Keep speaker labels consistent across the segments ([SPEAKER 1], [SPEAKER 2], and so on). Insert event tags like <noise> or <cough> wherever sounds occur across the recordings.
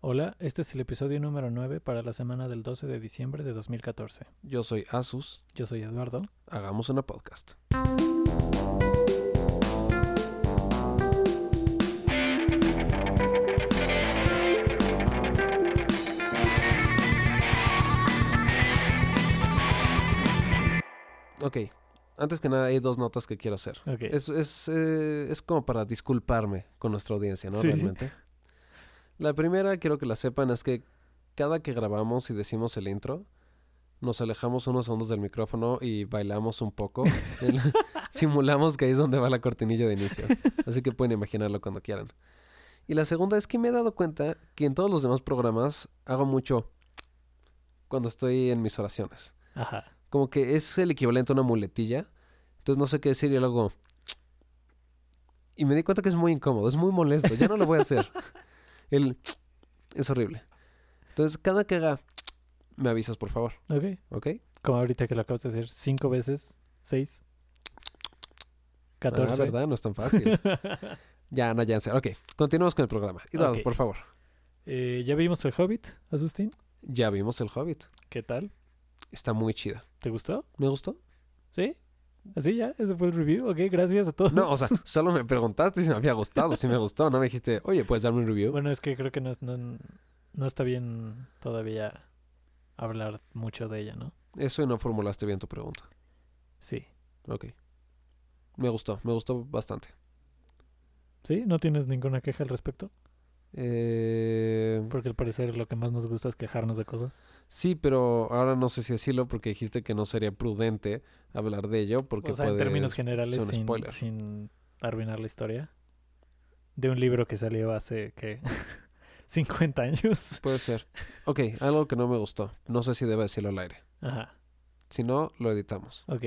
[SPEAKER 1] Hola, este es el episodio número 9 para la semana del 12 de diciembre de 2014.
[SPEAKER 2] Yo soy Asus,
[SPEAKER 1] Yo soy Eduardo.
[SPEAKER 2] hagamos una podcast. Ok, antes que nada hay dos notas que quiero hacer.
[SPEAKER 1] Ok.
[SPEAKER 2] Es, es, eh, es como para disculparme con nuestra audiencia, ¿no?
[SPEAKER 1] Sí.
[SPEAKER 2] Realmente. La primera, quiero que la sepan, es que cada que grabamos y decimos el intro, nos alejamos unos segundos del micrófono y bailamos un
[SPEAKER 1] <laughs>
[SPEAKER 2] poco. El- simulamos que ahí es donde va la cortinilla de inicio. Así que pueden imaginarlo cuando quieran. Y la segunda es que me he dado cuenta que en todos los demás programas hago mucho cuando estoy en mis oraciones
[SPEAKER 1] Ajá.
[SPEAKER 2] como que es el equivalente a una muletilla. Entonces no sé qué decir y luego... Y me di cuenta que es muy incómodo, es muy molesto, ya no lo voy
[SPEAKER 1] <laughs>
[SPEAKER 2] a hacer. El es horrible. Entonces, cada que haga, me avisas, por favor,
[SPEAKER 1] Ok.
[SPEAKER 2] ¿ok?
[SPEAKER 1] Como ahorita que lo acabas de hacer cinco veces, seis,
[SPEAKER 2] Ah,
[SPEAKER 1] catorce.
[SPEAKER 2] verdad, no es
[SPEAKER 1] <laughs>
[SPEAKER 2] tan fácil. ya, no, ya, en serio. Ok, continuamos con el programa. Y
[SPEAKER 1] Ok.
[SPEAKER 2] por favor,
[SPEAKER 1] Eh, ya vimos el Hobbit, Asustín.
[SPEAKER 2] ya vimos El Hobbit.
[SPEAKER 1] ¿Qué tal?
[SPEAKER 2] Está muy chida.
[SPEAKER 1] ¿Te gustó? <laughs>
[SPEAKER 2] ¿Me gustó?
[SPEAKER 1] ¿Sí? ¿Así ya? ¿Ese fue el review? Ok, gracias a todos.
[SPEAKER 2] No, o sea, solo me preguntaste si me había gustado, si me gustó. No me dijiste, oye, ¿puedes darme un review?
[SPEAKER 1] Bueno, es que creo que no, es- no, no está bien todavía hablar mucho de ella, ¿no?
[SPEAKER 2] Eso y no formulaste bien tu pregunta.
[SPEAKER 1] Sí.
[SPEAKER 2] Ok. Me gustó, me gustó bastante.
[SPEAKER 1] ¿Sí? ¿No tienes ninguna queja al respecto?
[SPEAKER 2] Eh,
[SPEAKER 1] Porque al parecer lo que más nos gusta es quejarnos de cosas.
[SPEAKER 2] sí, pero ahora no sé si decirlo porque dijiste que no sería prudente hablar de ello porque
[SPEAKER 1] o sea, en
[SPEAKER 2] puede-
[SPEAKER 1] términos generales,
[SPEAKER 2] ser un
[SPEAKER 1] sin,
[SPEAKER 2] spoiler.
[SPEAKER 1] sin arruinar la historia. De un libro que salió hace, ¿qué? <laughs> 50 años.
[SPEAKER 2] puede ser. Ok, algo que no me gustó. No sé si debe decirlo al aire.
[SPEAKER 1] Ajá,
[SPEAKER 2] Si no, lo editamos.
[SPEAKER 1] ok.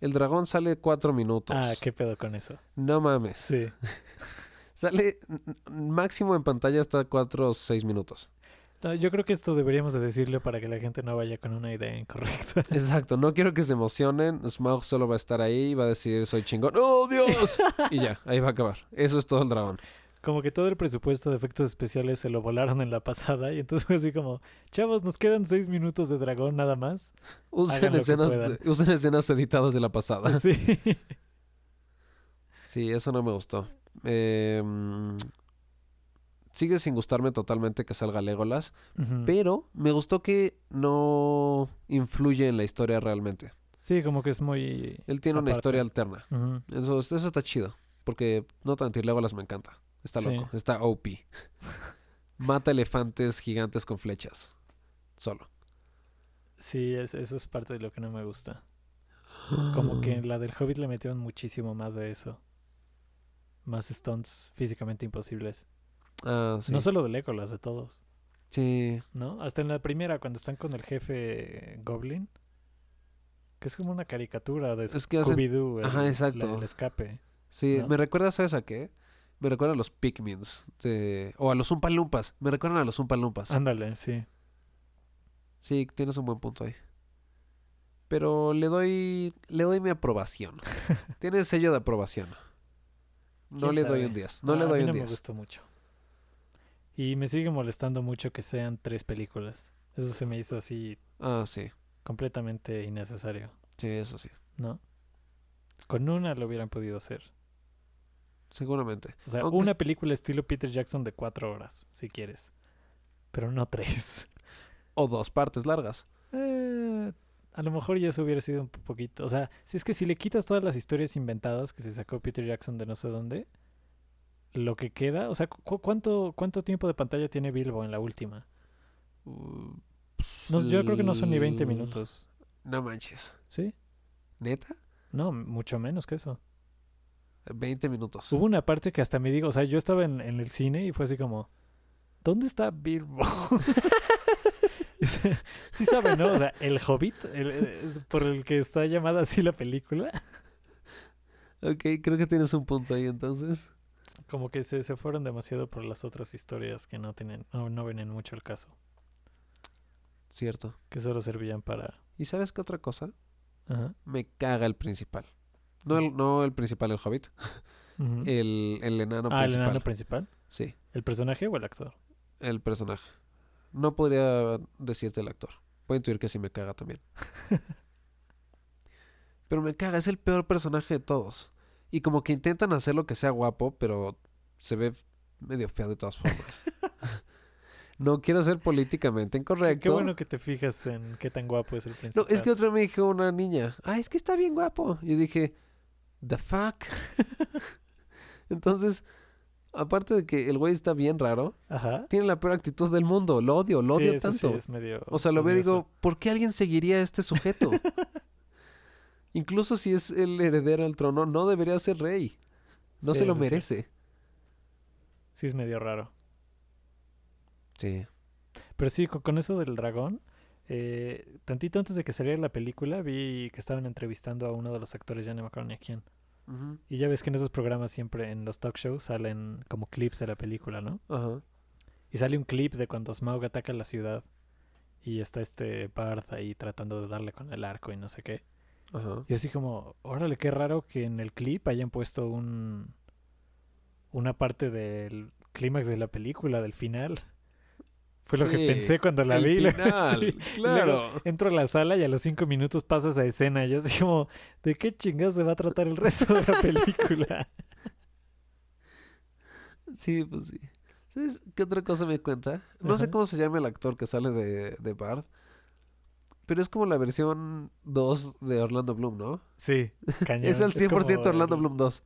[SPEAKER 2] El dragón sale cuatro minutos.
[SPEAKER 1] Ah, qué pedo con eso.
[SPEAKER 2] No mames.
[SPEAKER 1] Sí.
[SPEAKER 2] Sale n- n- máximo en pantalla hasta cuatro o
[SPEAKER 1] <laughs>
[SPEAKER 2] seis minutos.
[SPEAKER 1] No, yo creo que esto deberíamos de decirle para que la gente no vaya con una idea incorrecta. <laughs>
[SPEAKER 2] Exacto, no quiero que se emocionen. Smaug solo va a estar ahí y va a decir soy chingón. ¡Oh,
[SPEAKER 1] <laughs>
[SPEAKER 2] Dios! y ya, ahí va a acabar. Eso es todo el dragón.
[SPEAKER 1] Como que todo el presupuesto de efectos especiales se lo volaron en la pasada y entonces fue así como, chavos, nos quedan seis minutos de dragón nada más.
[SPEAKER 2] <laughs>
[SPEAKER 1] Hagan
[SPEAKER 2] Usen
[SPEAKER 1] lo que
[SPEAKER 2] escenas,
[SPEAKER 1] puedan.
[SPEAKER 2] usen escenas editadas de la pasada. <laughs>
[SPEAKER 1] Sí.
[SPEAKER 2] Sí, eso no me gustó. Eh, mm, sigue sin gustarme totalmente que salga Legolas,
[SPEAKER 1] Ujú.
[SPEAKER 2] pero me gustó que no influye en la historia realmente.
[SPEAKER 1] Sí, como que es muy...
[SPEAKER 2] Él tiene una
[SPEAKER 1] Aparte.
[SPEAKER 2] historia alterna.
[SPEAKER 1] Ujú.
[SPEAKER 2] Eso, eso está chido, porque no tanto y Legolas me encanta. Está
[SPEAKER 1] Sí.
[SPEAKER 2] loco, está OP. <laughs> Mata elefantes gigantes con flechas. Solo.
[SPEAKER 1] Sí, es- eso es parte de lo que no me gusta. Como
[SPEAKER 2] Ah.
[SPEAKER 1] que en la del Hobbit le metieron muchísimo más de eso. Más stunts físicamente imposibles.
[SPEAKER 2] Ah, sí.
[SPEAKER 1] No solo de Legolas, de todos.
[SPEAKER 2] Sí.
[SPEAKER 1] ¿No? Hasta en la primera, cuando están con el jefe Goblin. Que es como una caricatura de
[SPEAKER 2] Es que hacen
[SPEAKER 1] Scooby-Doo. el-
[SPEAKER 2] Ajá,
[SPEAKER 1] la-
[SPEAKER 2] exacto.
[SPEAKER 1] el escape.
[SPEAKER 2] Sí,
[SPEAKER 1] ¿no?
[SPEAKER 2] me recuerda, ¿sabes a qué? Me recuerda a los Pikmins. de- o a los Umpalumpas. Me recuerdan a los Umpalumpas.
[SPEAKER 1] Ándale, sí.
[SPEAKER 2] Sí, tienes un buen punto ahí. Pero le doy. Le doy
[SPEAKER 1] <laughs>
[SPEAKER 2] mi aprobación. Tiene sello de aprobación. No
[SPEAKER 1] ¿Quién
[SPEAKER 2] le doy
[SPEAKER 1] sabe?
[SPEAKER 2] un 10. No,
[SPEAKER 1] Ah,
[SPEAKER 2] le
[SPEAKER 1] a
[SPEAKER 2] doy
[SPEAKER 1] mí
[SPEAKER 2] un
[SPEAKER 1] no me
[SPEAKER 2] 10.
[SPEAKER 1] gustó mucho. Y me sigue molestando mucho que sean tres películas. Eso se me hizo así
[SPEAKER 2] ah, sí.
[SPEAKER 1] completamente innecesario.
[SPEAKER 2] Sí, eso sí.
[SPEAKER 1] ¿no? Con una lo hubieran podido hacer.
[SPEAKER 2] Seguramente.
[SPEAKER 1] O sea,
[SPEAKER 2] Aunque
[SPEAKER 1] una
[SPEAKER 2] es-
[SPEAKER 1] película estilo Peter Jackson de cuatro horas, si quieres. Pero no tres. <laughs>
[SPEAKER 2] O dos partes largas.
[SPEAKER 1] Eh, a lo mejor ya eso hubiera sido un po- poquito. O sea, si es que si le quitas todas las historias inventadas que se sacó Peter Jackson de no sé dónde, lo que queda. O sea, cu- ¿cuánto, cuánto tiempo de pantalla tiene Bilbo en la última?
[SPEAKER 2] Mm,
[SPEAKER 1] pues, No, yo creo que no son ni 20
[SPEAKER 2] mm,
[SPEAKER 1] minutos.
[SPEAKER 2] No manches.
[SPEAKER 1] ¿Sí?
[SPEAKER 2] ¿Neta?
[SPEAKER 1] No, mucho menos que eso.
[SPEAKER 2] 20 minutos.
[SPEAKER 1] Hubo una parte que hasta me digo, o sea, yo estaba en, en el cine y fue así como, ¿dónde está Bilbo? <laughs> O sea, sí saben, ¿no? O sea, el hobbit, el- el- por el que está llamada así la película,
[SPEAKER 2] Ok, creo que tienes un punto ahí entonces.
[SPEAKER 1] como que se, se fueron demasiado por las otras historias que no tienen, no, no vienen mucho al caso,
[SPEAKER 2] Cierto.
[SPEAKER 1] que solo servían para...
[SPEAKER 2] ¿Y sabes qué otra cosa?
[SPEAKER 1] Ajá.
[SPEAKER 2] Me caga el principal. No el, no el principal, el hobbit.
[SPEAKER 1] Ujú.
[SPEAKER 2] El, el enano
[SPEAKER 1] ah, el
[SPEAKER 2] Eh, principal.
[SPEAKER 1] enano principal,
[SPEAKER 2] Sí.
[SPEAKER 1] el personaje o el actor.
[SPEAKER 2] el personaje. No podría decirte el actor. Puedo intuir que sí me
[SPEAKER 1] <laughs>
[SPEAKER 2] caga también. pero me caga, es el peor personaje de todos. Y como que intentan hacer lo que sea guapo, pero se ve medio feo de todas
[SPEAKER 1] <laughs>
[SPEAKER 2] formas. <laughs> no quiero ser políticamente incorrecto.
[SPEAKER 1] Qué bueno que te fijas en qué tan guapo es el
[SPEAKER 2] No,
[SPEAKER 1] principal.
[SPEAKER 2] es que otra me dijo una niña, ah, es que está bien guapo. Yo dije, the fuck. <laughs> Entonces, aparte de que el güey está bien raro,
[SPEAKER 1] Ajá.
[SPEAKER 2] tiene la peor actitud del mundo. Lo odio, lo
[SPEAKER 1] Sí,
[SPEAKER 2] odio
[SPEAKER 1] eso sí
[SPEAKER 2] tanto.
[SPEAKER 1] es medio
[SPEAKER 2] O sea, lo veo y
[SPEAKER 1] odioso.
[SPEAKER 2] digo, ¿por qué alguien seguiría a
[SPEAKER 1] <laughs>
[SPEAKER 2] este sujeto? Incluso si es el heredero al trono, no debería ser rey. No
[SPEAKER 1] Sí,
[SPEAKER 2] se lo
[SPEAKER 1] eso sí.
[SPEAKER 2] merece.
[SPEAKER 1] Sí, es medio raro.
[SPEAKER 2] Sí.
[SPEAKER 1] Pero sí, con, con eso del dragón, eh, tantito antes de que saliera la película, vi que estaban entrevistando a uno de los actores, ya no me acuerdo ni a quién.
[SPEAKER 2] Ujú.
[SPEAKER 1] Y ya ves que en esos programas siempre, en los talk shows, salen como clips de la película, ¿no?
[SPEAKER 2] Ajá.
[SPEAKER 1] Y sale un clip de cuando Smaug ataca la ciudad y está este Barth ahí tratando de darle con el arco y no sé qué.
[SPEAKER 2] Ajá.
[SPEAKER 1] Y así como, órale, qué raro que en el clip hayan puesto un una parte del clímax de la película, del final. Fue lo
[SPEAKER 2] Sí,
[SPEAKER 1] que pensé cuando la <laughs>
[SPEAKER 2] el
[SPEAKER 1] vi.
[SPEAKER 2] final,
[SPEAKER 1] Sí.
[SPEAKER 2] claro.
[SPEAKER 1] Entro a la sala y a los cinco minutos pasa esa escena. Yo así como, ¿de qué chingados se va a tratar el resto de la película?
[SPEAKER 2] Sí, pues sí. ¿Sabes qué otra cosa me di cuenta? No sé
[SPEAKER 1] Ajá.
[SPEAKER 2] cómo se llama el actor que sale de, de Bard, pero es como la versión 2 de Orlando Bloom, ¿no?
[SPEAKER 1] <laughs> Sí, cañón.
[SPEAKER 2] es el
[SPEAKER 1] como
[SPEAKER 2] 100% Orlando
[SPEAKER 1] el-
[SPEAKER 2] Bloom 2.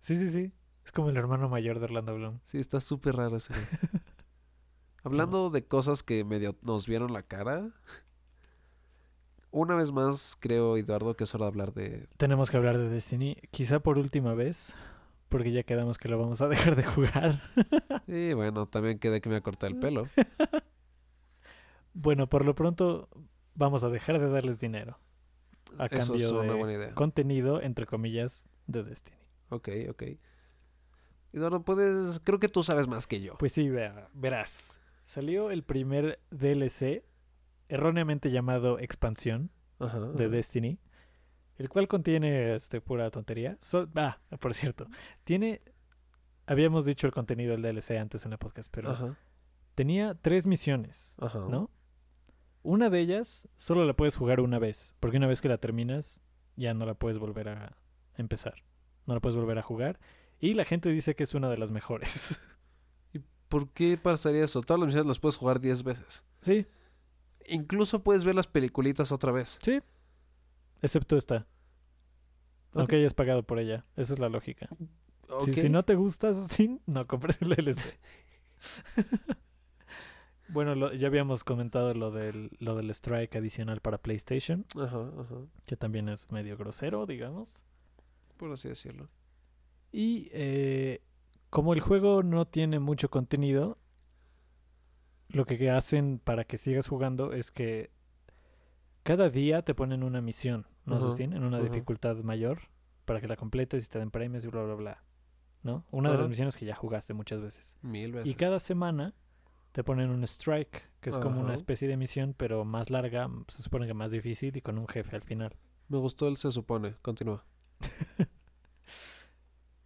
[SPEAKER 1] Sí, sí, sí. Es como el hermano mayor de Orlando Bloom.
[SPEAKER 2] Sí, está súper raro ese.
[SPEAKER 1] <laughs>
[SPEAKER 2] güey. Hablando de cosas que medio nos vieron la cara, una vez más creo, Eduardo, que es hora de hablar de...
[SPEAKER 1] Tenemos que hablar de Destiny, quizá por última vez, porque ya quedamos que lo vamos a <laughs> dejar de jugar.
[SPEAKER 2] Y eh, bueno, también quedé que me corté
[SPEAKER 1] <laughs>
[SPEAKER 2] el pelo.
[SPEAKER 1] Bueno, por lo pronto vamos a dejar de darles dinero a
[SPEAKER 2] Eso es
[SPEAKER 1] cambio
[SPEAKER 2] una
[SPEAKER 1] de
[SPEAKER 2] buena idea.
[SPEAKER 1] contenido, entre comillas, de Destiny.
[SPEAKER 2] Ok, ok. Eduardo, puedes... Creo que tú sabes más que yo.
[SPEAKER 1] Pues sí, vea- verás. Salió el primer DLC, erróneamente llamado Expansión
[SPEAKER 2] Ajá.
[SPEAKER 1] de Destiny, el cual contiene este, pura tontería. So- ah, por cierto, tiene... Habíamos dicho el contenido del DLC antes en el podcast, pero
[SPEAKER 2] Ajá,
[SPEAKER 1] tenía tres misiones,
[SPEAKER 2] ajá.
[SPEAKER 1] ¿no? Una de ellas solo la puedes jugar una vez, porque una vez que la terminas ya no la puedes volver a empezar, no la puedes volver a jugar. Y la gente dice que es una de las mejores. <laughs>
[SPEAKER 2] ¿Por qué pasaría eso? Todas las misiones las puedes jugar 10 veces.
[SPEAKER 1] sí,
[SPEAKER 2] Incluso puedes ver las peliculitas otra vez.
[SPEAKER 1] excepto esta.
[SPEAKER 2] Ok.
[SPEAKER 1] Aunque hayas pagado por ella. Esa es la lógica. Si- Si,
[SPEAKER 2] Ok.
[SPEAKER 1] no te gusta Sustin, no compres el DLC. <laughs> bueno, lo- ya habíamos comentado lo del, lo del strike adicional para PlayStation,
[SPEAKER 2] Ajá, ajá.
[SPEAKER 1] que también es medio grosero, digamos.
[SPEAKER 2] Por así decirlo.
[SPEAKER 1] Y eh, como el juego no tiene mucho contenido, lo que hacen para que sigas jugando es que cada día te ponen una misión, ¿no,
[SPEAKER 2] Ujú,
[SPEAKER 1] Sustin? En una
[SPEAKER 2] ujú.
[SPEAKER 1] dificultad mayor para que la completes y te den premios y bla, bla, bla. ¿No? Una de las
[SPEAKER 2] Ajá.
[SPEAKER 1] misiones que ya jugaste muchas veces.
[SPEAKER 2] Mil veces.
[SPEAKER 1] Y cada semana te ponen un strike, que es como
[SPEAKER 2] Ajá.
[SPEAKER 1] una especie de misión, pero más larga, se supone que más difícil y con un jefe al final.
[SPEAKER 2] Me gustó el se supone. Continúa.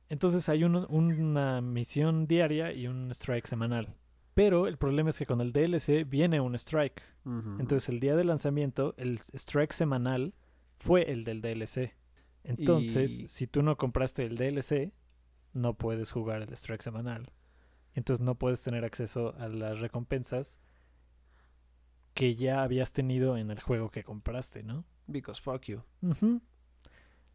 [SPEAKER 1] Entonces hay un- una misión diaria y un strike semanal. Pero el problema es que con el DLC viene un strike.
[SPEAKER 2] Ujú.
[SPEAKER 1] Entonces el día de lanzamiento, el s- strike semanal fue el del DLC. Entonces,
[SPEAKER 2] Y-
[SPEAKER 1] si tú no compraste el DLC, no puedes jugar el strike semanal. Entonces no puedes tener acceso a las recompensas que ya habías tenido en el juego que compraste, ¿no?
[SPEAKER 2] Because fuck you.
[SPEAKER 1] Ujú.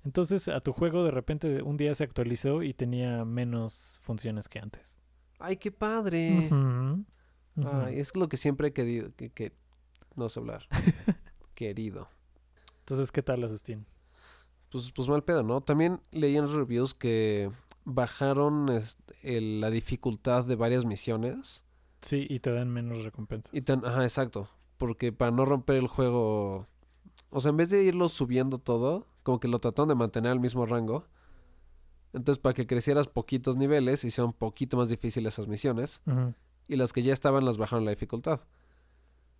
[SPEAKER 1] Entonces a tu juego de repente un día se actualizó y tenía menos funciones que antes.
[SPEAKER 2] Ay, qué padre.
[SPEAKER 1] Ujú. Ujú.
[SPEAKER 2] Eh, Ay, es lo que siempre he querido. Que, que- No
[SPEAKER 1] <laughs>
[SPEAKER 2] sé hablar. Querido.
[SPEAKER 1] Entonces, ¿qué tal, Asustín?
[SPEAKER 2] Pues, pues mal pedo, ¿no? También leí en los reviews que bajaron este, el- la dificultad de varias misiones.
[SPEAKER 1] Sí, y te dan menos recompensas.
[SPEAKER 2] Y tan, ajá, exacto. Porque para no romper el juego. O sea, en vez de irlo subiendo todo, como que lo trataron de mantener al mismo rango. Entonces, para que crecieras poquitos niveles, hicieron un poquito más difíciles esas misiones.
[SPEAKER 1] Ujú.
[SPEAKER 2] Y las que ya estaban las bajaron la dificultad.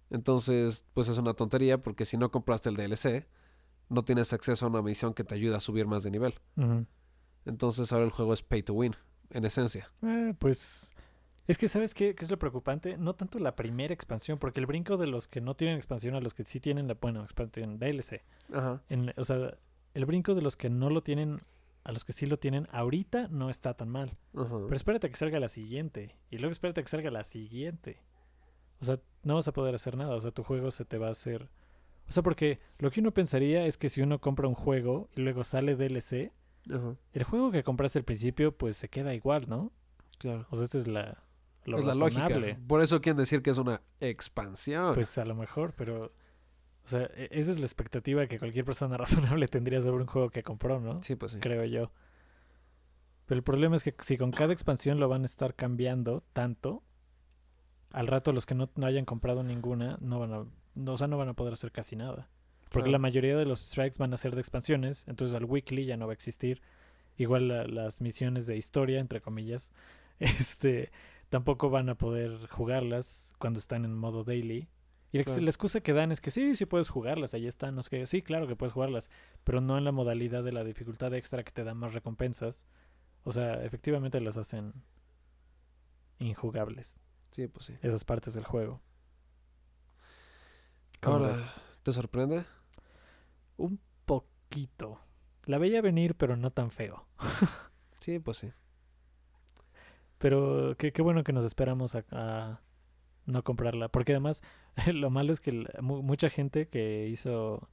[SPEAKER 2] Entonces, pues es una tontería porque si no compraste el DLC, no tienes acceso a una misión que te ayuda a subir más de nivel.
[SPEAKER 1] Ujú.
[SPEAKER 2] Entonces ahora el juego es pay to win, en esencia.
[SPEAKER 1] Eh, pues Es que, ¿sabes qué, qué es lo preocupante? No tanto la primera expansión, porque el brinco de los que no tienen expansión a los que sí tienen la, bueno, expansión DLC.
[SPEAKER 2] Ajá.
[SPEAKER 1] En- o sea, el brinco de los que no lo tienen a los que sí lo tienen ahorita no está tan mal.
[SPEAKER 2] ajá.
[SPEAKER 1] Pero espérate a que salga la siguiente. Y luego espérate a que salga la siguiente. O sea, no vas a poder hacer nada. O sea, tu juego se te va a hacer. O sea, porque lo que uno pensaría es que si uno compra un juego y luego sale DLC,
[SPEAKER 2] Ajá.
[SPEAKER 1] el juego que compraste al principio, pues se queda igual, ¿no?
[SPEAKER 2] Claro.
[SPEAKER 1] O sea, esa es la. Lo
[SPEAKER 2] es la
[SPEAKER 1] razonable.
[SPEAKER 2] lógica. Por eso quieren decir que es una expansión.
[SPEAKER 1] Pues a lo mejor, pero. O sea, e- esa es la expectativa que cualquier persona <laughs> razonable tendría sobre un juego que compró, ¿no?
[SPEAKER 2] sí, pues sí.
[SPEAKER 1] creo yo. Pero el problema es que si con cada expansión lo van a estar cambiando tanto, al rato los que no, no hayan comprado ninguna no van a, no, o sea, no van a poder hacer casi nada. Porque
[SPEAKER 2] Claro.
[SPEAKER 1] la mayoría de los strikes van a ser de expansiones, entonces al weekly ya no va a existir. Igual la- las misiones de historia, entre comillas, <laughs> este tampoco van a poder jugarlas cuando están en modo daily. Y la, ex-
[SPEAKER 2] Claro.
[SPEAKER 1] la excusa que dan es que sí, sí puedes jugarlas, ahí están, no sé qué. Sí, claro que puedes jugarlas, pero no en la modalidad de la dificultad extra que te da más recompensas. O sea, efectivamente las hacen injugables,
[SPEAKER 2] Sí, pues sí.
[SPEAKER 1] esas partes del juego. ¿Cómo
[SPEAKER 2] Ahora,
[SPEAKER 1] ves?
[SPEAKER 2] ¿te sorprende?
[SPEAKER 1] un poquito. La veía venir, pero no tan feo.
[SPEAKER 2] Sí, pues sí.
[SPEAKER 1] Pero qué, qué bueno que nos esperamos a, a no comprarla. Porque además, <laughs> lo malo es que la- mu- mucha gente que hizo.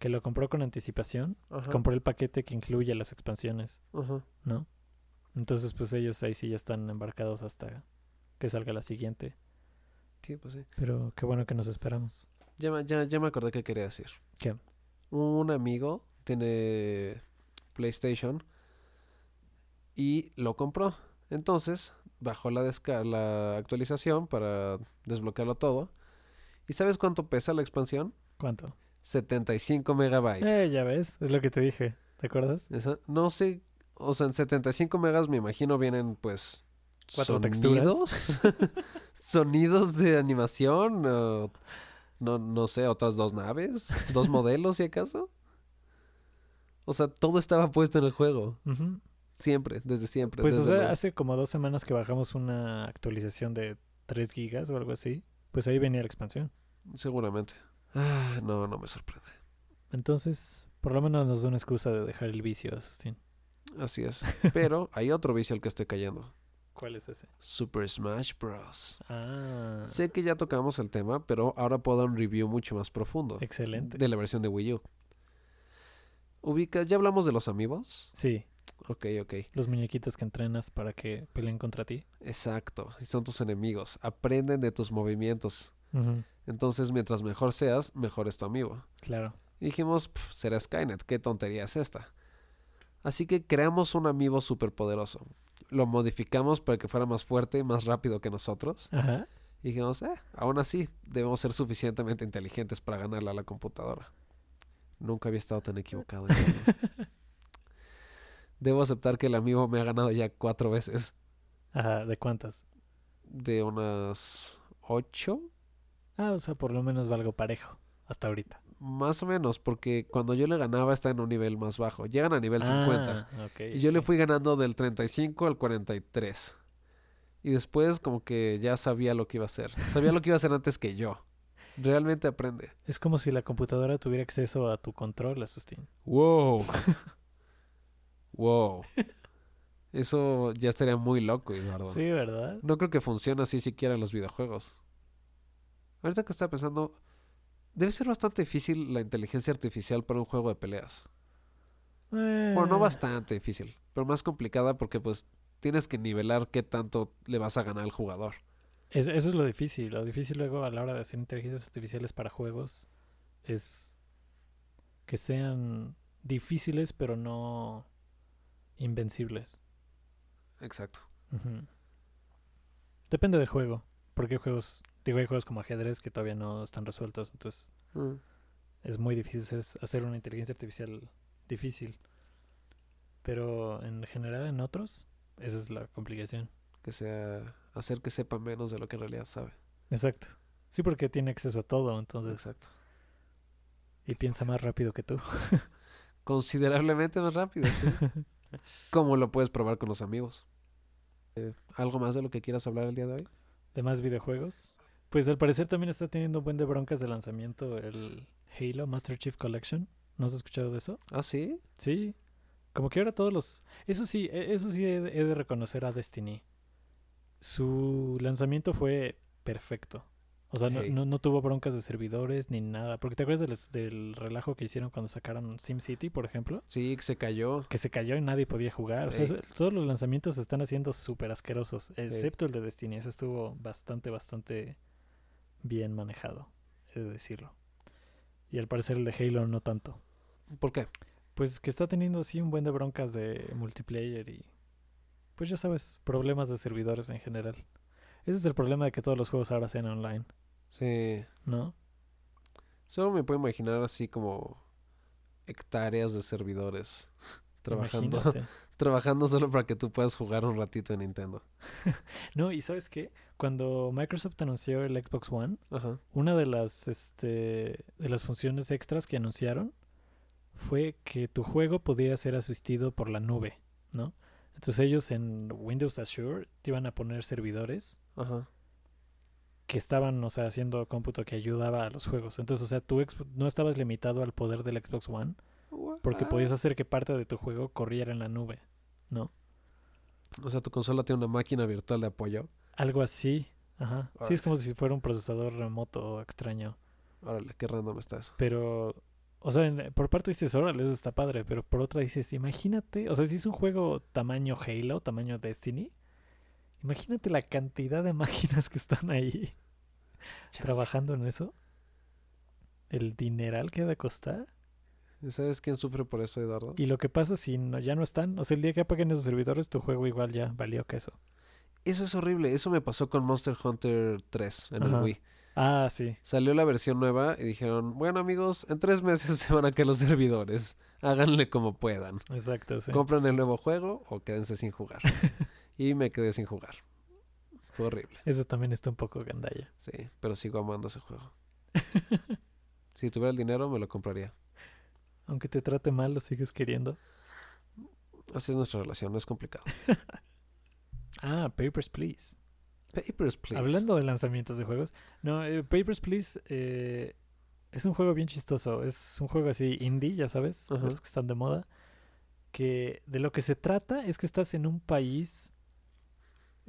[SPEAKER 1] que lo compró con anticipación,
[SPEAKER 2] Ajá.
[SPEAKER 1] compró el paquete que incluye las expansiones,
[SPEAKER 2] Ajá.
[SPEAKER 1] ¿no? Entonces, pues ellos ahí sí ya están embarcados hasta que salga la siguiente.
[SPEAKER 2] Sí, pues sí.
[SPEAKER 1] Pero qué bueno que nos esperamos.
[SPEAKER 2] Ya, me- ya, ya me acordé qué quería decir.
[SPEAKER 1] ¿Qué?
[SPEAKER 2] Un amigo tiene PlayStation y lo compró. Entonces bajó la, desca- la actualización para desbloquearlo todo. ¿Y sabes cuánto pesa la expansión?
[SPEAKER 1] ¿Cuánto?
[SPEAKER 2] 75 megabytes.
[SPEAKER 1] Eh, ya ves, es lo que te dije. ¿Te acuerdas?
[SPEAKER 2] Esa- no sé, o sea, en 75 megas me imagino vienen pues...
[SPEAKER 1] Cuatro texturas.
[SPEAKER 2] <laughs> sonidos de animación, o- no, no sé, otras dos naves, dos modelos si acaso. O sea, todo estaba puesto en el juego,
[SPEAKER 1] Ujú.
[SPEAKER 2] siempre, desde siempre.
[SPEAKER 1] Pues, o
[SPEAKER 2] desde
[SPEAKER 1] sea,
[SPEAKER 2] los-
[SPEAKER 1] hace como dos semanas que bajamos una actualización de 3 gigas o algo así. Pues ahí venía la expansión.
[SPEAKER 2] Seguramente. Ah, no, no me sorprende.
[SPEAKER 1] Entonces, por lo menos nos da una excusa de dejar el vicio, Asustín.
[SPEAKER 2] Así es.
[SPEAKER 1] <laughs>
[SPEAKER 2] Pero hay otro vicio al que estoy cayendo.
[SPEAKER 1] ¿Cuál es ese?
[SPEAKER 2] Super Smash Bros.
[SPEAKER 1] Ah,
[SPEAKER 2] Sé que ya tocamos el tema, pero ahora puedo dar un review mucho más profundo.
[SPEAKER 1] excelente.
[SPEAKER 2] De la versión de Wii U. Ubica, ya hablamos de los amigos.
[SPEAKER 1] Sí,
[SPEAKER 2] Ok, ok.
[SPEAKER 1] los muñequitos que entrenas para que peleen contra ti.
[SPEAKER 2] Exacto. Y son tus enemigos. Aprenden de tus movimientos. Entonces, mientras mejor seas, mejor es tu amigo.
[SPEAKER 1] Claro.
[SPEAKER 2] Y dijimos, "Pf, será Skynet. ¿Qué tontería es esta? Así que creamos un amigo superpoderoso. Lo modificamos para que fuera más fuerte y más rápido que nosotros.
[SPEAKER 1] Ajá.
[SPEAKER 2] Y dijimos, "Eh, aún así, debemos ser suficientemente inteligentes para ganarle a la computadora. Nunca había estado tan equivocado. en mi vida. Debo aceptar que el amigo me ha ganado ya cuatro veces.
[SPEAKER 1] Ajá, ¿de cuántas?
[SPEAKER 2] De unas ocho,
[SPEAKER 1] Ah, o sea, por lo menos valgo parejo hasta ahorita.
[SPEAKER 2] más o menos, porque cuando yo le ganaba está en un nivel más bajo. Llegan a nivel 50.
[SPEAKER 1] Ah, ok.
[SPEAKER 2] Y yo le fui ganando del 35 al 43. Y después como que ya sabía lo que iba a hacer. Sabía lo que iba a hacer antes que yo. Realmente aprende.
[SPEAKER 1] Es como si la computadora tuviera acceso a tu control, Asustín. <laughs>
[SPEAKER 2] Wow. wow. Eso ya estaría muy loco, Eduardo.
[SPEAKER 1] Sí, ¿verdad?
[SPEAKER 2] No creo que funcione así siquiera en los videojuegos. Ahorita que estaba pensando, debe ser bastante difícil la inteligencia artificial para un juego de peleas. Bueno, no
[SPEAKER 1] Eh.
[SPEAKER 2] bastante difícil, pero más complicada porque pues tienes que nivelar qué tanto le vas a ganar al jugador.
[SPEAKER 1] Es- eso es lo difícil. Lo difícil luego a la hora de hacer inteligencias artificiales para juegos es que sean difíciles pero no invencibles.
[SPEAKER 2] Exacto.
[SPEAKER 1] Ujú. Depende del juego. Porque hay juegos, digo, hay juegos como ajedrez que todavía no están resueltos. Entonces es muy difícil hacer- hacer una inteligencia artificial difícil. Pero en general en otros, esa es la complicación.
[SPEAKER 2] Que sea hacer que sepa menos de lo que en realidad sabe.
[SPEAKER 1] Exacto. Sí, porque tiene acceso a todo, entonces.
[SPEAKER 2] Exacto.
[SPEAKER 1] Y piensa más rápido que tú.
[SPEAKER 2] <laughs> Considerablemente más rápido, sí. Como lo puedes probar con los amigos. Eh, ¿Algo más de lo que quieras hablar el día de hoy?
[SPEAKER 1] de más videojuegos. Pues al parecer también está teniendo un buen de broncas de lanzamiento el Halo Master Chief Collection. ¿No has escuchado de eso?
[SPEAKER 2] Ah, sí.
[SPEAKER 1] Sí. Como que ahora todos los... Eso sí, e- eso sí he de he de reconocer a Destiny. Su lanzamiento fue perfecto. O sea, no,
[SPEAKER 2] Hey.
[SPEAKER 1] no, no tuvo broncas de servidores ni nada. Porque te acuerdas del, es- del relajo que hicieron cuando sacaron SimCity, por ejemplo.
[SPEAKER 2] Sí, que se cayó.
[SPEAKER 1] Que se cayó y nadie podía jugar. O sea,
[SPEAKER 2] Hey.
[SPEAKER 1] eso- todos los lanzamientos se están haciendo súper asquerosos. Excepto el de Destiny. Eso estuvo bastante, bastante bien manejado. He de decirlo. Y al parecer el de Halo no tanto.
[SPEAKER 2] ¿Por qué?
[SPEAKER 1] Pues que está teniendo así un buen de broncas de multiplayer y pues ya sabes, problemas de servidores en general. Ese es el problema de que todos los juegos ahora sean online,
[SPEAKER 2] Sí.
[SPEAKER 1] ¿no?
[SPEAKER 2] Solo me puedo imaginar así como hectáreas de servidores <laughs> trabajando,
[SPEAKER 1] Imagínate.
[SPEAKER 2] <laughs> trabajando solo para que tú puedas jugar un ratito en Nintendo.
[SPEAKER 1] No, y ¿sabes qué? Cuando Microsoft anunció el Xbox One,
[SPEAKER 2] Ajá.
[SPEAKER 1] una de las este de las funciones extras que anunciaron fue que tu juego podía ser asistido por la nube, ¿no? Entonces ellos en Windows Azure te iban a poner servidores
[SPEAKER 2] Ajá.
[SPEAKER 1] que estaban, o sea, haciendo cómputo que ayudaba a los juegos. Entonces, o sea, tú ex- no estabas limitado al poder del Xbox One
[SPEAKER 2] Ah.
[SPEAKER 1] porque podías hacer que parte de tu juego corriera en la nube.
[SPEAKER 2] O sea, tu consola tiene una máquina virtual de apoyo.
[SPEAKER 1] Algo así. Ajá. Sí, es
[SPEAKER 2] Órale.
[SPEAKER 1] como si fuera un procesador remoto extraño.
[SPEAKER 2] Órale, qué random está eso.
[SPEAKER 1] Pero, o sea, en- por parte dices, órale, eso está padre. Pero por otra dices, imagínate, o sea, si es un juego tamaño Halo, tamaño Destiny, imagínate la cantidad de <laughs> máquinas que están ahí
[SPEAKER 2] Chale.
[SPEAKER 1] trabajando en eso. El dineral que ha de costar.
[SPEAKER 2] ¿Y ¿Sabes quién sufre por eso, Eduardo?
[SPEAKER 1] Y lo que pasa si no, ya no están, o sea, el día que apaguen esos servidores, tu juego igual ya valió queso.
[SPEAKER 2] Eso es horrible. Eso me pasó con Monster Hunter 3 en
[SPEAKER 1] Ajá.
[SPEAKER 2] el Wii.
[SPEAKER 1] Ah, sí.
[SPEAKER 2] Salió la versión nueva y dijeron, bueno amigos, en tres meses <laughs> se van a caer los servidores. Háganle como puedan.
[SPEAKER 1] Exacto, sí.
[SPEAKER 2] Compran el nuevo juego o quédense
[SPEAKER 1] <laughs>
[SPEAKER 2] sin jugar. y me quedé sin jugar. Fue horrible.
[SPEAKER 1] Eso también está un poco gandalla.
[SPEAKER 2] Sí, pero sigo amando ese
[SPEAKER 1] <laughs>
[SPEAKER 2] juego. si tuviera el dinero, me lo compraría.
[SPEAKER 1] Aunque te trate mal, lo sigues queriendo.
[SPEAKER 2] Así es nuestra relación, no es complicado.
[SPEAKER 1] Ah, Papers, Please.
[SPEAKER 2] Papers, please.
[SPEAKER 1] Hablando de lanzamientos de juegos. No, eh, Papers, Please eh, es un juego bien chistoso. Es un juego así indie, ya sabes, de
[SPEAKER 2] Ajá.
[SPEAKER 1] los que están de moda. Que de lo que se trata es que estás en un país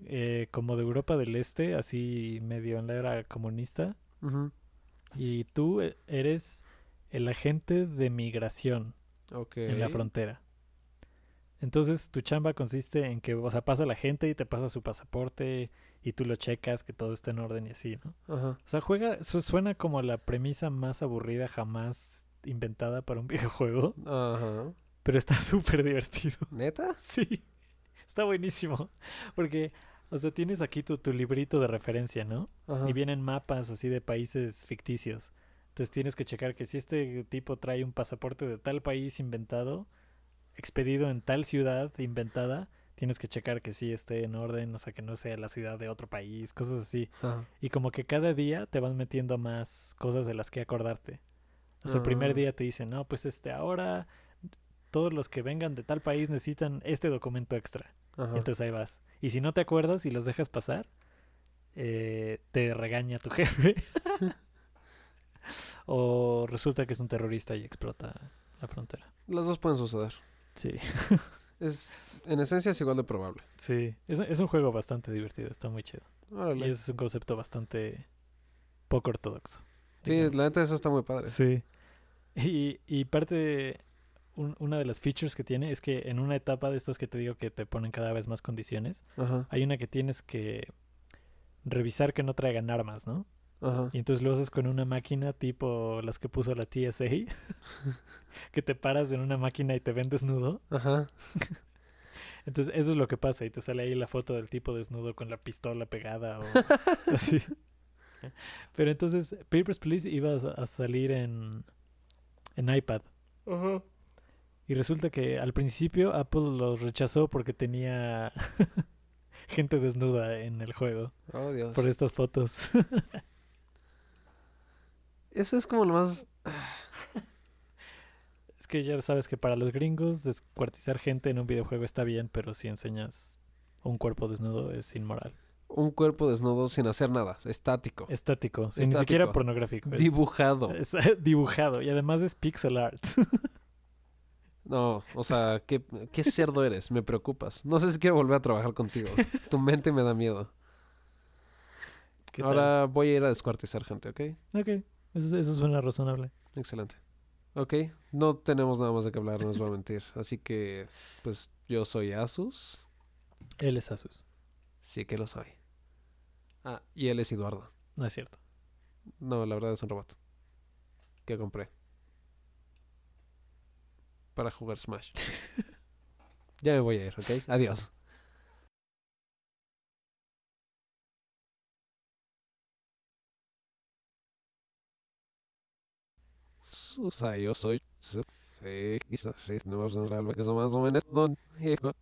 [SPEAKER 1] eh, como de Europa del Este, así medio en la era comunista.
[SPEAKER 2] Ujú.
[SPEAKER 1] Y tú e- eres el agente de migración
[SPEAKER 2] Ok.
[SPEAKER 1] en la frontera. Entonces tu chamba consiste en que, o sea, pasa la gente y te pasa su pasaporte y tú lo checas, que todo esté en orden y así, ¿no?
[SPEAKER 2] Ajá.
[SPEAKER 1] O sea, juega, su- suena como la premisa más aburrida jamás inventada para un <laughs> videojuego,
[SPEAKER 2] Ajá.
[SPEAKER 1] pero está súper divertido. <laughs>
[SPEAKER 2] ¿Neta?
[SPEAKER 1] Sí, está buenísimo. Porque, o sea, tienes aquí tu, tu librito de referencia, ¿no?
[SPEAKER 2] Ajá.
[SPEAKER 1] Y vienen mapas así de países ficticios. Entonces tienes que checar que si este tipo trae un pasaporte de tal país inventado, expedido en tal ciudad inventada, tienes que checar que sí esté en orden, o sea, que no sea la ciudad de otro país, cosas así.
[SPEAKER 2] Ajá.
[SPEAKER 1] Y como que cada día te van metiendo más cosas de las que acordarte. O sea, el
[SPEAKER 2] Ah.
[SPEAKER 1] primer día te dicen, no, pues este ahora todos los que vengan de tal país necesitan este documento extra.
[SPEAKER 2] Ajá.
[SPEAKER 1] Y Entonces ahí vas. Y si no te acuerdas y los dejas pasar, eh, te regaña tu <laughs> jefe. o resulta que es un terrorista y explota la frontera.
[SPEAKER 2] Las dos pueden suceder.
[SPEAKER 1] Sí.
[SPEAKER 2] Es, en esencia es igual de probable.
[SPEAKER 1] Sí. Es, es un juego bastante divertido, está muy chido. Y
[SPEAKER 2] Órale.
[SPEAKER 1] es un concepto bastante poco ortodoxo.
[SPEAKER 2] sí,
[SPEAKER 1] digamos.
[SPEAKER 2] la neta eso está muy padre.
[SPEAKER 1] Sí. pues. Y, y parte, de- un- una de las features que tiene es que en una etapa de estas que te digo que te ponen cada vez más condiciones,
[SPEAKER 2] Ajá.
[SPEAKER 1] hay una que tienes que revisar que no traigan armas, ¿no?
[SPEAKER 2] Ajá.
[SPEAKER 1] Y entonces lo haces con una máquina tipo las que puso la TSA, <laughs> que te paras en una máquina y te ven desnudo.
[SPEAKER 2] Ajá.
[SPEAKER 1] Entonces eso es lo que pasa y te sale ahí la foto del tipo desnudo con la pistola pegada
[SPEAKER 2] <laughs>
[SPEAKER 1] o así. Pero entonces Papers, Please iba a, a salir en, en iPad.
[SPEAKER 2] Ajá.
[SPEAKER 1] Y resulta que al principio Apple los rechazó porque tenía <laughs> gente desnuda en el juego
[SPEAKER 2] Oh, Dios.
[SPEAKER 1] por estas fotos. <laughs>
[SPEAKER 2] Eso es como lo más...
[SPEAKER 1] Es que ya sabes que para los gringos descuartizar gente en un videojuego está bien, pero si enseñas Un cuerpo desnudo es inmoral.
[SPEAKER 2] Un cuerpo desnudo sin hacer nada, estático,
[SPEAKER 1] Estático, sí, ni
[SPEAKER 2] Estático.
[SPEAKER 1] siquiera pornográfico. es-
[SPEAKER 2] dibujado.
[SPEAKER 1] <laughs> es eh, dibujado. Y además es pixel art.
[SPEAKER 2] No, o sea, ¿qué, qué cerdo eres, me preocupas. No sé si quiero volver a trabajar
[SPEAKER 1] <laughs>
[SPEAKER 2] contigo. Tu mente me da miedo.
[SPEAKER 1] ¿Qué tal?
[SPEAKER 2] Ahora voy a ir a descuartizar gente, ¿ok?
[SPEAKER 1] Ok, eso, eso suena razonable.
[SPEAKER 2] Excelente. Ok, no tenemos nada más de que hablar, no os voy a mentir. Así que, pues yo soy Asus.
[SPEAKER 1] Él es Asus.
[SPEAKER 2] Sí que lo soy. Ah, y él es Eduardo.
[SPEAKER 1] No es cierto.
[SPEAKER 2] No, la verdad es un robot. Que compré. Para jugar Smash. ya me voy a ir, ¿ok? Adiós. Susa, yo soy... Sí, quizás, sí, no, es un real, que es más o menos, don, hijo.